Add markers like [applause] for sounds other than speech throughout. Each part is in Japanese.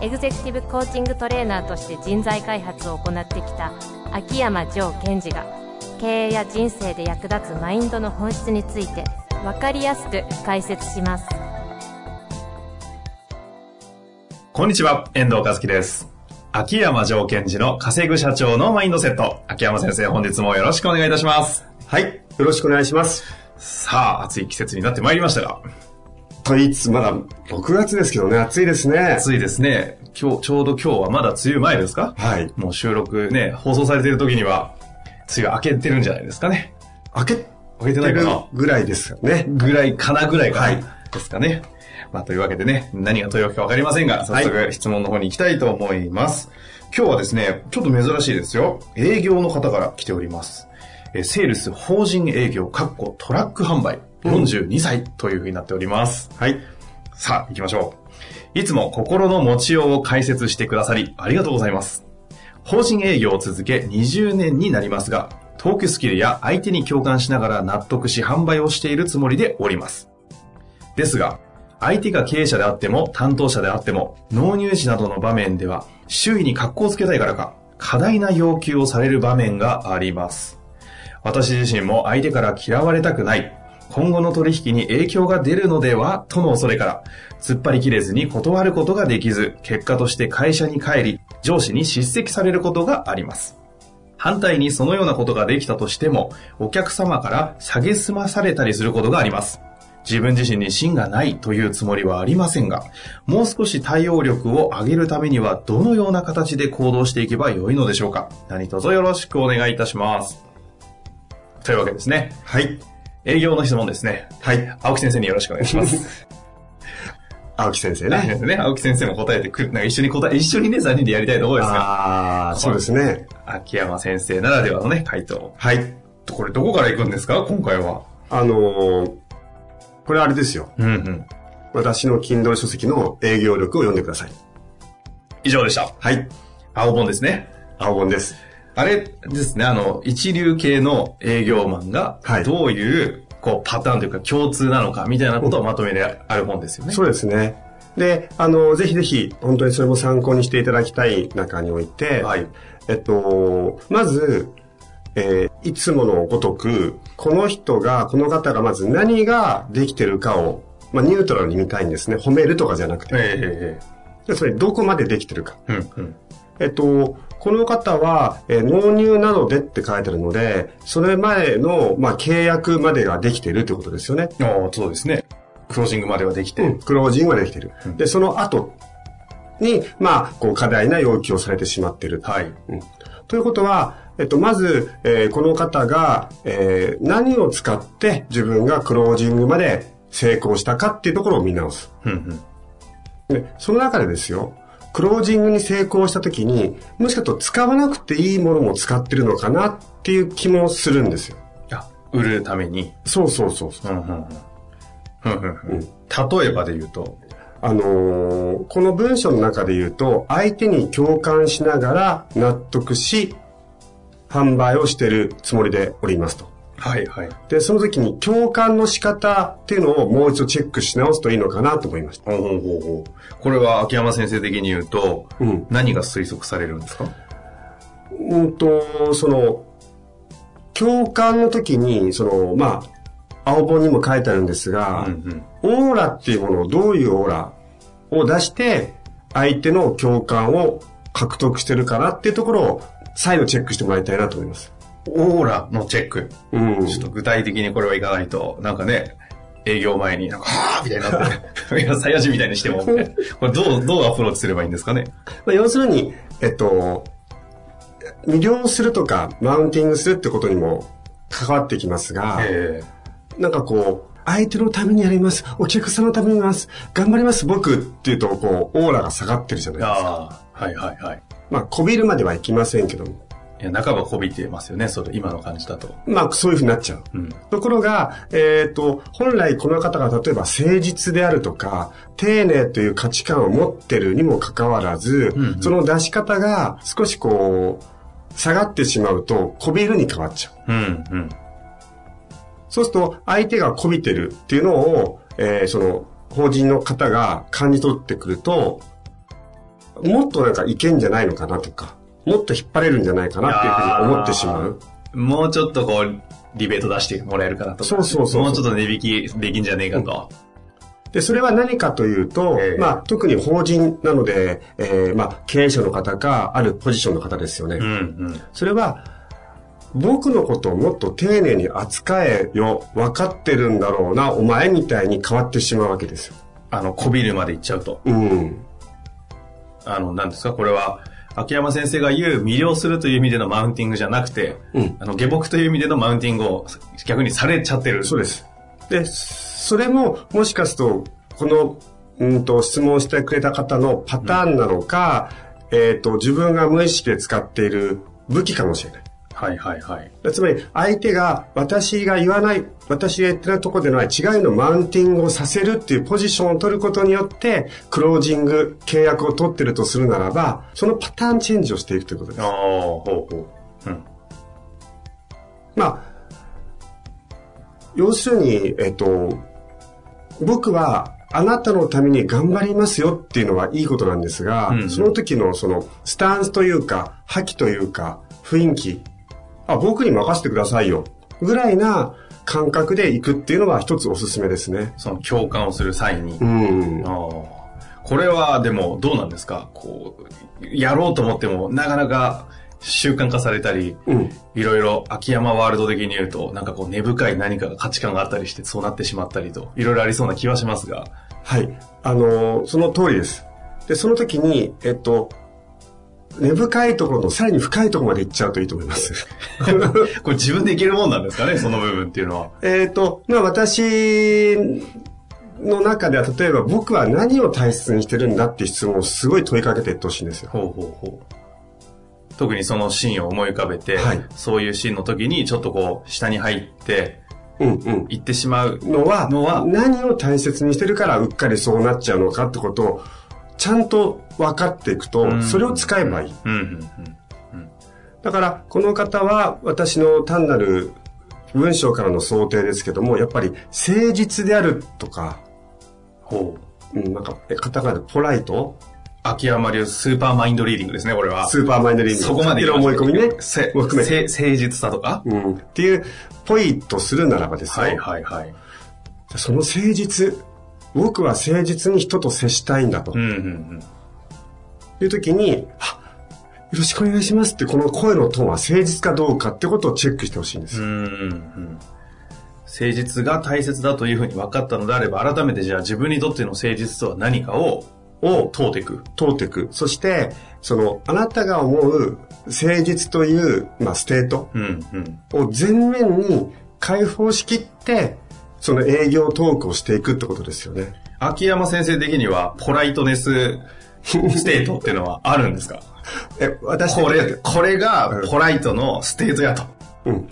エグゼクティブコーチングトレーナーとして人材開発を行ってきた秋山城賢治が経営や人生で役立つマインドの本質について分かりやすく解説しますこんにちは、遠藤和樹です。秋山条件時の稼ぐ社長のマインドセット。秋山先生、本日もよろしくお願いいたします。はい。よろしくお願いします。さあ、暑い季節になってまいりましたが、と言いつつ、まだ6月ですけどね、暑いですね。暑いですね。今日、ちょうど今日はまだ梅雨前ですかはい。もう収録ね、放送されている時には、梅雨明けてるんじゃないですかね。開け、明けてないかなぐらいですよね。ぐらいかなぐらいかな、はいですかね。まあ、というわけでね、何がというわけかわかりませんが、早速質問の方に行きたいと思います。今日はですね、ちょっと珍しいですよ。営業の方から来ております。えーセールス法人営業、かっこトラック販売、42歳というふうになっております。はい。さあ、行きましょう。いつも心の持ちようを解説してくださり、ありがとうございます。法人営業を続け20年になりますが、トークスキルや相手に共感しながら納得し販売をしているつもりでおります。ですが、相手が経営者であっても担当者であっても、納入時などの場面では、周囲に格好をつけたいからか、過大な要求をされる場面があります。私自身も相手から嫌われたくない。今後の取引に影響が出るのではとの恐れから、突っ張り切れずに断ることができず、結果として会社に帰り、上司に叱責されることがあります。反対にそのようなことができたとしても、お客様から蔑まされたりすることがあります。自分自身に芯がないというつもりはありませんが、もう少し対応力を上げるためにはどのような形で行動していけばよいのでしょうか何卒よろしくお願いいたします。というわけですね。はい。営業の質問ですね。はい。青木先生によろしくお願いします。青木先生 [laughs] ね。ね、青木先生も答えてくる、なんか一緒に答え、一緒にね、3人でやりたいところですが、ああ、そうですね。秋山先生ならではのね、回答。はい。これどこから行くんですか今回は。あのーこれあれですよ。うんうん。私の Kindle 書籍の営業力を読んでください。以上でした。はい。青本ですね。青本です。あれですね、あの、一流系の営業マンがはい、どういう、こう、パターンというか共通なのか、みたいなことをまとめである本ですよね。そうですね。で、あの、ぜひぜひ、本当にそれも参考にしていただきたい中において、はい。えっと、まず、えーいつものごとく、この人が、この方がまず何ができてるかを、まあ、ニュートラルに見たいんですね。褒めるとかじゃなくて。えでそれ、どこまでできてるか。えええうんうん。えっと、この方は、えー納入などでって書いてあるので、それ前の、まあ、契約までができてるってことですよね。ああ、そうですね。クロージングまではできて。クロージングができてる。で、その後に、まあ、こう、過大な要求をされてしまってる。はい。うんということは、えっと、まず、えーこの方が、えー何を使って自分がクロージングまで成功したかっていうところを見直す。うんうん。でその中でですよ、クロージングに成功した時に、もしかすると使わなくていいものも使ってるのかなっていう気もするんですよ。あ、売るために。そうそうそうそう。うんうんうん。うんうんうん。例えばで言うと、あのーこの文章の中で言うと、相手に共感しながら納得し、販売をしてるつもりでおりますと。はいはい。で、その時に共感の仕方っていうのをもう一度チェックし直すといいのかなと思いました。ほうほうほうほう。これは秋山先生的に言うと、うん何が推測されるんですかうんと、その、共感の時に、その、まあ、青本にも書いてあるんですが、うんオーラっていうものをどういうオーラを出して、相手の共感を獲得してるかなっていうところを再度チェックしてもらいたいなと思います。うん。オーラのチェック。うんちょっと具体的にこれはいかないと、なんかね、営業前になんか、はぁみたいになって、 [laughs] いや、サイヤ人みたいにしても、みたいなこれどう、どうアプローチすればいいんですかねまあ、要するに、えっと、魅了するとか、マウンティングするってことにも関わってきますが、えなんかこう、相手のためにやります。お客さんのためにやります。頑張ります、僕っていうと、こう、オーラが下がってるじゃないえですか。ああ。はいはいはい。まあ、こびるまではいきませんけども。いや、半ばこびてますよね、それ、今の感じだと。まあ、そういうふうになっちゃう。うん。ところが、えっ、と、本来この方が例えば誠実であるとか、丁寧という価値観を持ってるにもかかわらず、うんうんその出し方が少しこう、下がってしまうと、こびるに変わっちゃう。うん、うん。そうすると、相手がこびてるっていうのを、えーその、法人の方が感じ取ってくると、もっとなんかいけんじゃないのかなとか、もっと引っ張れるんじゃないかなっていうふうに思ってしまう。もうちょっとこう、リベート出してもらえるかなとか。そうそうそうもうちょっと値引きできんじゃねえかと。で、それは何かというと、ええまあ、特に法人なので、えーまあ、経営者の方か、あるポジションの方ですよね。うん、うん。それは、僕のことをもっと丁寧に扱えよ、分かってるんだろうな、お前みたいに変わってしまうわけですよ。あの、こびるまでいっちゃうと。うん。あの、なんですか、これは、秋山先生が言う魅了するという意味でのマウンティングじゃなくて、うんあの、下僕という意味でのマウンティングを逆にされちゃってる。そうです。で、それも、もしかすると、この、うんと、質問してくれた方のパターンなのか、えっ、と、自分が無意識で使っている武器かもしれない。はいはいはい。つまり相手が私が言わない、私が言ってないとこでない違いのマウンティングをさせるっていうポジションを取ることによって、クロージング、契約を取ってるとするならば、そのパターンチェンジをしていくということですああ、。ほうほう。うん。まあ、要するに、えっと、僕はあなたのために頑張りますよっていうのはいいことなんですが、うんその時のそのスタンスというか、覇気というか、雰囲気、あ、僕に任せてくださいよ、ぐらいな感覚で行くっていうのは一つおすすめですね。その共感をする際に。うんあ。ーこれはでもどうなんですかこう、やろうと思ってもなかなか習慣化されたり、うん。いろいろ秋山ワールド的に言うと、なんかこう根深い何かが価値観があったりしてそうなってしまったりと、いろいろありそうな気はしますが。はい。あのーその通りです。で、その時に、えっと、根深いところのさらに深いところまで行っちゃうといいと思います。 [laughs] これ自分でいけるもんなんですかねその部分っていうのは。えっ、と、まあ私の中では例えば僕は何を大切にしてるんだっていう質問をすごい問いかけていってほしいんですよ。ほうほうほう。特にそのシーンを思い浮かべて、はいそういうシーンの時にちょっとこう下に入ってうんうん。行ってしまうのは、のは何を大切にしてるからうっかりそうなっちゃうのかってことをちゃんと分かっていくうと、んそれを使えばいい。うんうんだから、この方は私の単なる文章からの想定ですけども、やっぱり誠実であるとか、ほう。うん、なんか、えカタカナでポライト秋山流スーパーマインドリーディングですね、これは。スーパーマインドリーグそこまでの思い込みね。せも含めせ誠実さとか、うん、っていう、ポイとするならばですね、はいはい。その誠実、僕は誠実に人と接したいんだとうんうんうん。いう時に、あよろしくお願いしますって、この声のトーンは誠実かどうかってことをチェックしてほしいんです。うんうんうん。誠実が大切だというふうに分かったのであれば、改めてじゃあ自分にとっての誠実とは何かを、を問うていく。通っていく。そして、その、あなたが思う誠実という、まあ、ステートうんうん。を全面に解放しきって、その営業トークをしていくってことですよね。秋山先生的には、ポライトネスステートっていうのはあるんですかえ、私これ、これがうんポライトのステートやと。うん。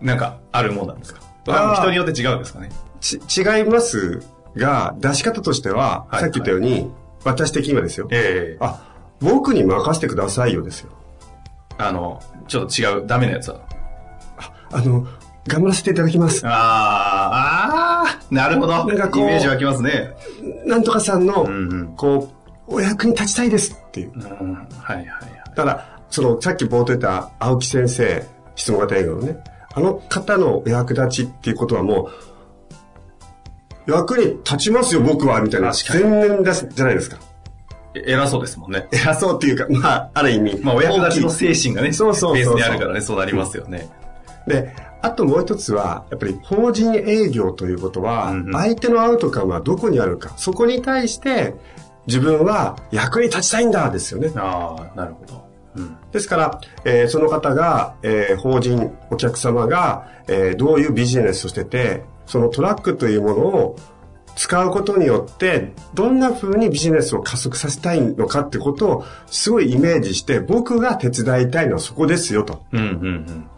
なんか、あるもんなんですかあー人によって違うんですかねち、違いますが、出し方としては、はいさっき言ったように、私的にはですよ。ええあ、僕に任せてくださいよですよ。あの、ちょっと違う、ダメなやつだあの、頑張らせていただきます。あーあー、なるほど。なんかこうイメージ湧きますね。なんとかさんの、んうんこう、お役に立ちたいですっていう。うん、はいはいはい。ただ、その、さっき冒頭言った青木先生、質問型営業のね、あの方のお役立ちっていうことはもう、役に立ちますよ、僕は、みたいな。確かに全然出す、じゃないですか。え偉そうですもんね。偉そうっていうか、まあ、ある意味。まあ、親立ちの大きい精神がね、そうそうそうそうベースにあるからね、そうなりますよね。で、あともう一つは、やっぱり法人営業ということはうんうん、相手のアウトカムはどこにあるか、そこに対して、自分は役に立ちたいんだですよね。ああ、なるほど。うん。ですから、えーその方が、えー法人、お客様が、えーどういうビジネスをしてて、そのトラックというものを使うことによって、どんな風にビジネスを加速させたいのかってことを、すごいイメージして、僕が手伝いたいのはそこですよと。うんうん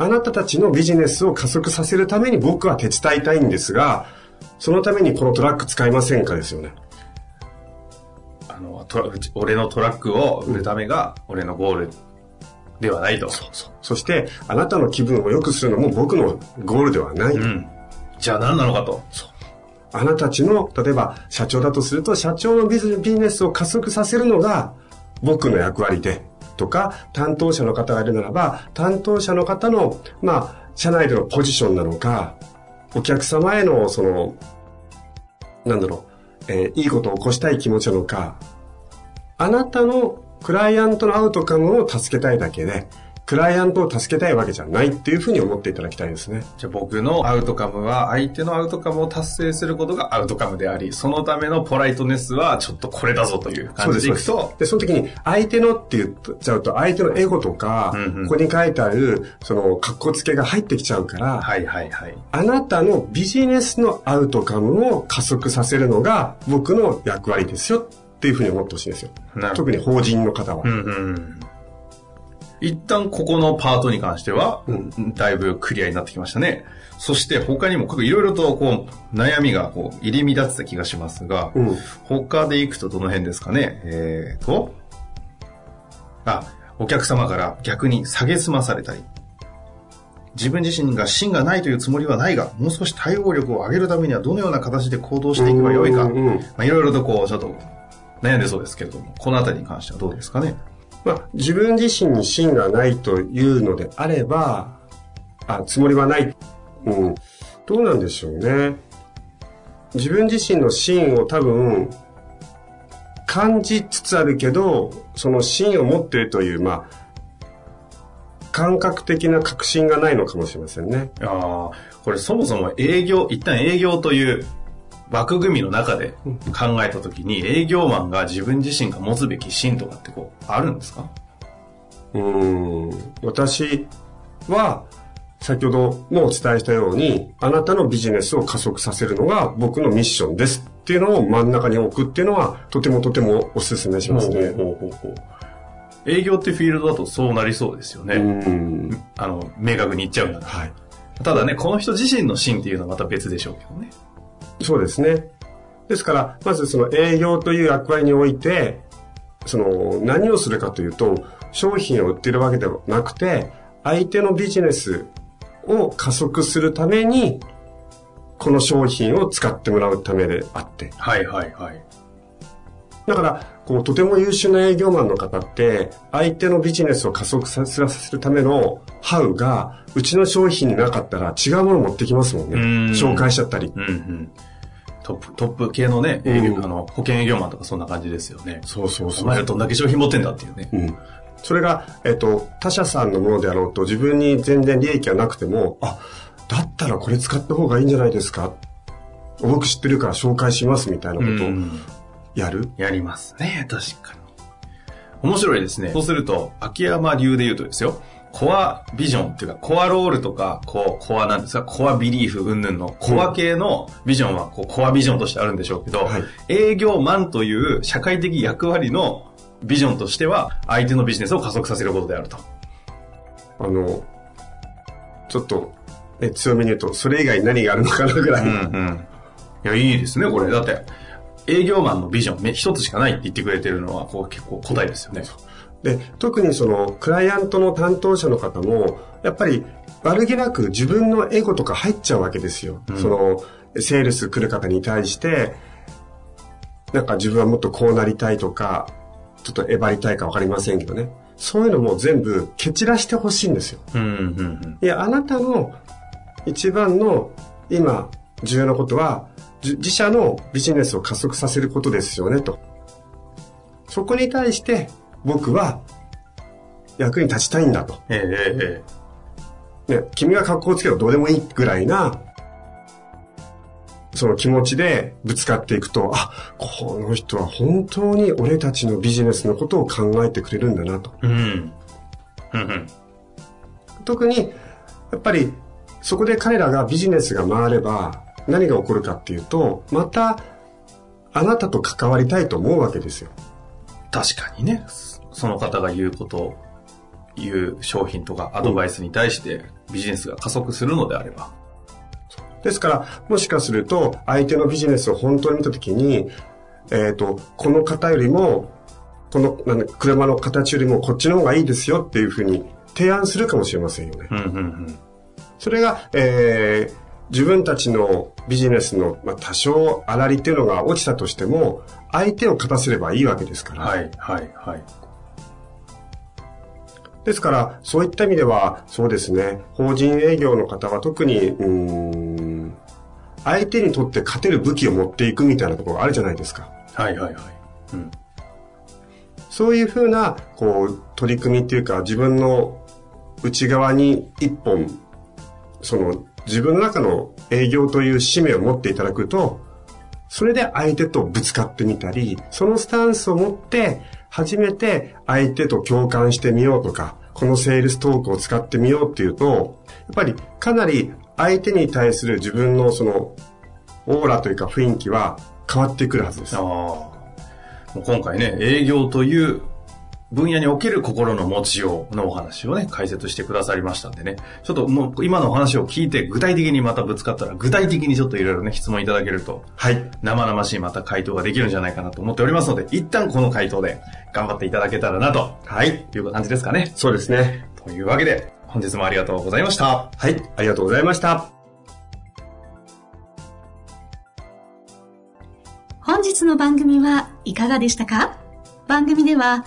あなたたちのビジネスを加速させるために僕は手伝いたいんですが、そのためにこのトラック使いませんかですよね。うん。あの、トラうち俺のトラックを売るためが、俺のゴールではないと。そうそそして、あなたの気分を良くするのも僕のゴールではない。うん。じゃあ何なのかと。そう。あなたたちの、例えば社長だとすると、社長のビジビジネスを加速させるのが僕の役割で、とか、担当者の方がいるならば、担当者の方の、まあ、社内でのポジションなのか、お客様への、その、なんだろう、えーいいことを起こしたい気持ちなのか、あなたのクライアントのアウトカムを助けたいだけで、クライアントを助けたいわけじゃないっていうふうに思っていただきたいですね。じゃあ僕のアウトカムは相手のアウトカムを達成することがアウトカムであり、そのためのポライトネスはちょっとこれだぞというそう感じですでいくと、で、その時に、相手のって言っちゃうと、相手のエゴとか、うんうんここに書いてある、その、格好つけが入ってきちゃうから、はいはいはい。あなたのビジネスのアウトカムを加速させるのが、僕の役割ですよっていうふうに思ってほしいんですよ。なるほど特に法人の方は。うんうん。一旦ここのパートに関しては、だいぶクリアになってきましたね。そして他にもいろいろとこう悩みがこう入り乱ってた気がしますが、うん他でいくとどの辺ですかね。えーと、あ、お客様から逆に下げすまされたり、自分自身が芯がないというつもりはないが、もう少し対応力を上げるためにはどのような形で行動していけばよいか、うんうんうんまあいろいろとこうちょっと悩んでそうですけれども、このあたりに関してはどうですかね。まあ、自分自身に芯がないというのであれば、あ、つもりはない。うん。どうなんでしょうね。自分自身の芯を多分、感じつつあるけど、その芯を持っているという、まあ、感覚的な確信がないのかもしれませんね。ああ、これそもそも営業、一旦営業という枠組みの中で考えたときに、営業マンが自分自身が持つべき芯とかってこう、あるんですかうん。私は、先ほどもお伝えしたように、あなたのビジネスを加速させるのが僕のミッションですっていうのを真ん中に置くっていうのは、とてもとてもお勧めしますね。ほうほうほうほう営業ってフィールドだとそうなりそうですよね。うん。あの、明確に言っちゃうなら。はい。ただね、この人自身の芯っていうのはまた別でしょうけどね。そうですね。ですから、まずその営業という役割において、その何をするかというと、商品を売ってるわけではなくて、相手のビジネスを加速するために、この商品を使ってもらうためであって。はいはいはい。だから、こう、とても優秀な営業マンの方って、相手のビジネスを加速させるためのハウが、うちの商品になかったら違うもの持ってきますもんねうん。紹介しちゃったり。うんうん。トップ、トップ系のね、営業、うんあの、保険営業マンとかそんな感じですよね。そうそうお前らどんだけ商品持ってんだっていうね。うん。それが、えっ、と、他社さんのものであろうと、自分に全然利益がなくても、あ、だったらこれ使った方がいいんじゃないですか。僕知ってるから紹介しますみたいなことうをんやる。やりますね、確かに。面白いですね。そうすると、秋山流で言うとですよ、コアビジョンっていうか、コアロールとか、こう、コアなんですか、コアビリーフ云々の、コア系のビジョンは、こう、コアビジョンとしてあるんでしょうけど、はい営業マンという社会的役割のビジョンとしては、相手のビジネスを加速させることであると。あの、ちょっと、ね、強めに言うと、それ以外に何があるのかなぐらい。うん。いや、いいですね、これ。だって、営業マンのビジョン、め一つしかないって言ってくれてるのは、こう、結構答えですよね。で、特にその、クライアントの担当者の方も、やっぱり、悪気なく自分のエゴとか入っちゃうわけですよ。その、セールス来る方に対して、なんか自分はもっとこうなりたいとか、ちょっとえばりたいかわかりませんけどね。そういうのも全部蹴散らしてほしいんですよ。うん、うん、うん。いや、あなたの一番の今重要なことは、じ自社のビジネスを加速させることですよね、と。そこに対して僕は役に立ちたいんだと。ええええええね、君が格好つけろどうでもいいぐらいな、その気持ちでぶつかっていくと、あ、この人は本当に俺たちのビジネスのことを考えてくれるんだなと。うん。うんうん。特にやっぱりそこで彼らがビジネスが回れば何が起こるかっていうと、また、あなたと関わりたいと思うわけですよ。確かにね、その方が言うこと、言う商品とかアドバイスに対してビジネスが加速するのであれば。ですから、もしかすると、相手のビジネスを本当に見たときに、えっ、と、この方よりも、このなんだ車の形よりもこっちの方がいいですよっていうふうに提案するかもしれませんよね。うんうんうん。それが、えー自分たちのビジネスの、まあ、多少粗利っていうのが落ちたとしても、相手を勝たせればいいわけですから。はいはいはい。ですから、そういった意味では、そうですね、法人営業の方は特に、うーん、相手にとって勝てる武器を持っていくみたいなところがあるじゃないですか。はいはいはい。うん。そういうふうな、こう、取り組みっていうか、自分の内側に一本、その、自分の中の営業という使命を持っていただくと、それで相手とぶつかってみたり、そのスタンスを持って、初めて相手と共感してみようとか、このセールストークを使ってみようっていうと、やっぱりかなり相手に対する自分のその、オーラというか雰囲気は変わってくるはずですああ。。もう今回ね、営業という分野における心の持ちようのお話をね、解説してくださりましたんでね。ちょっともう今のお話を聞いて具体的にまたぶつかったら、具体的にちょっといろいろね、質問いただけると、はい。生々しいまた回答ができるんじゃないかなと思っておりますので、一旦この回答で頑張っていただけたらなと、はい、いう感じですかね。そうですね。というわけで、本日もありがとうございました。はい。ありがとうございました。本日の番組はいかがでしたか番組では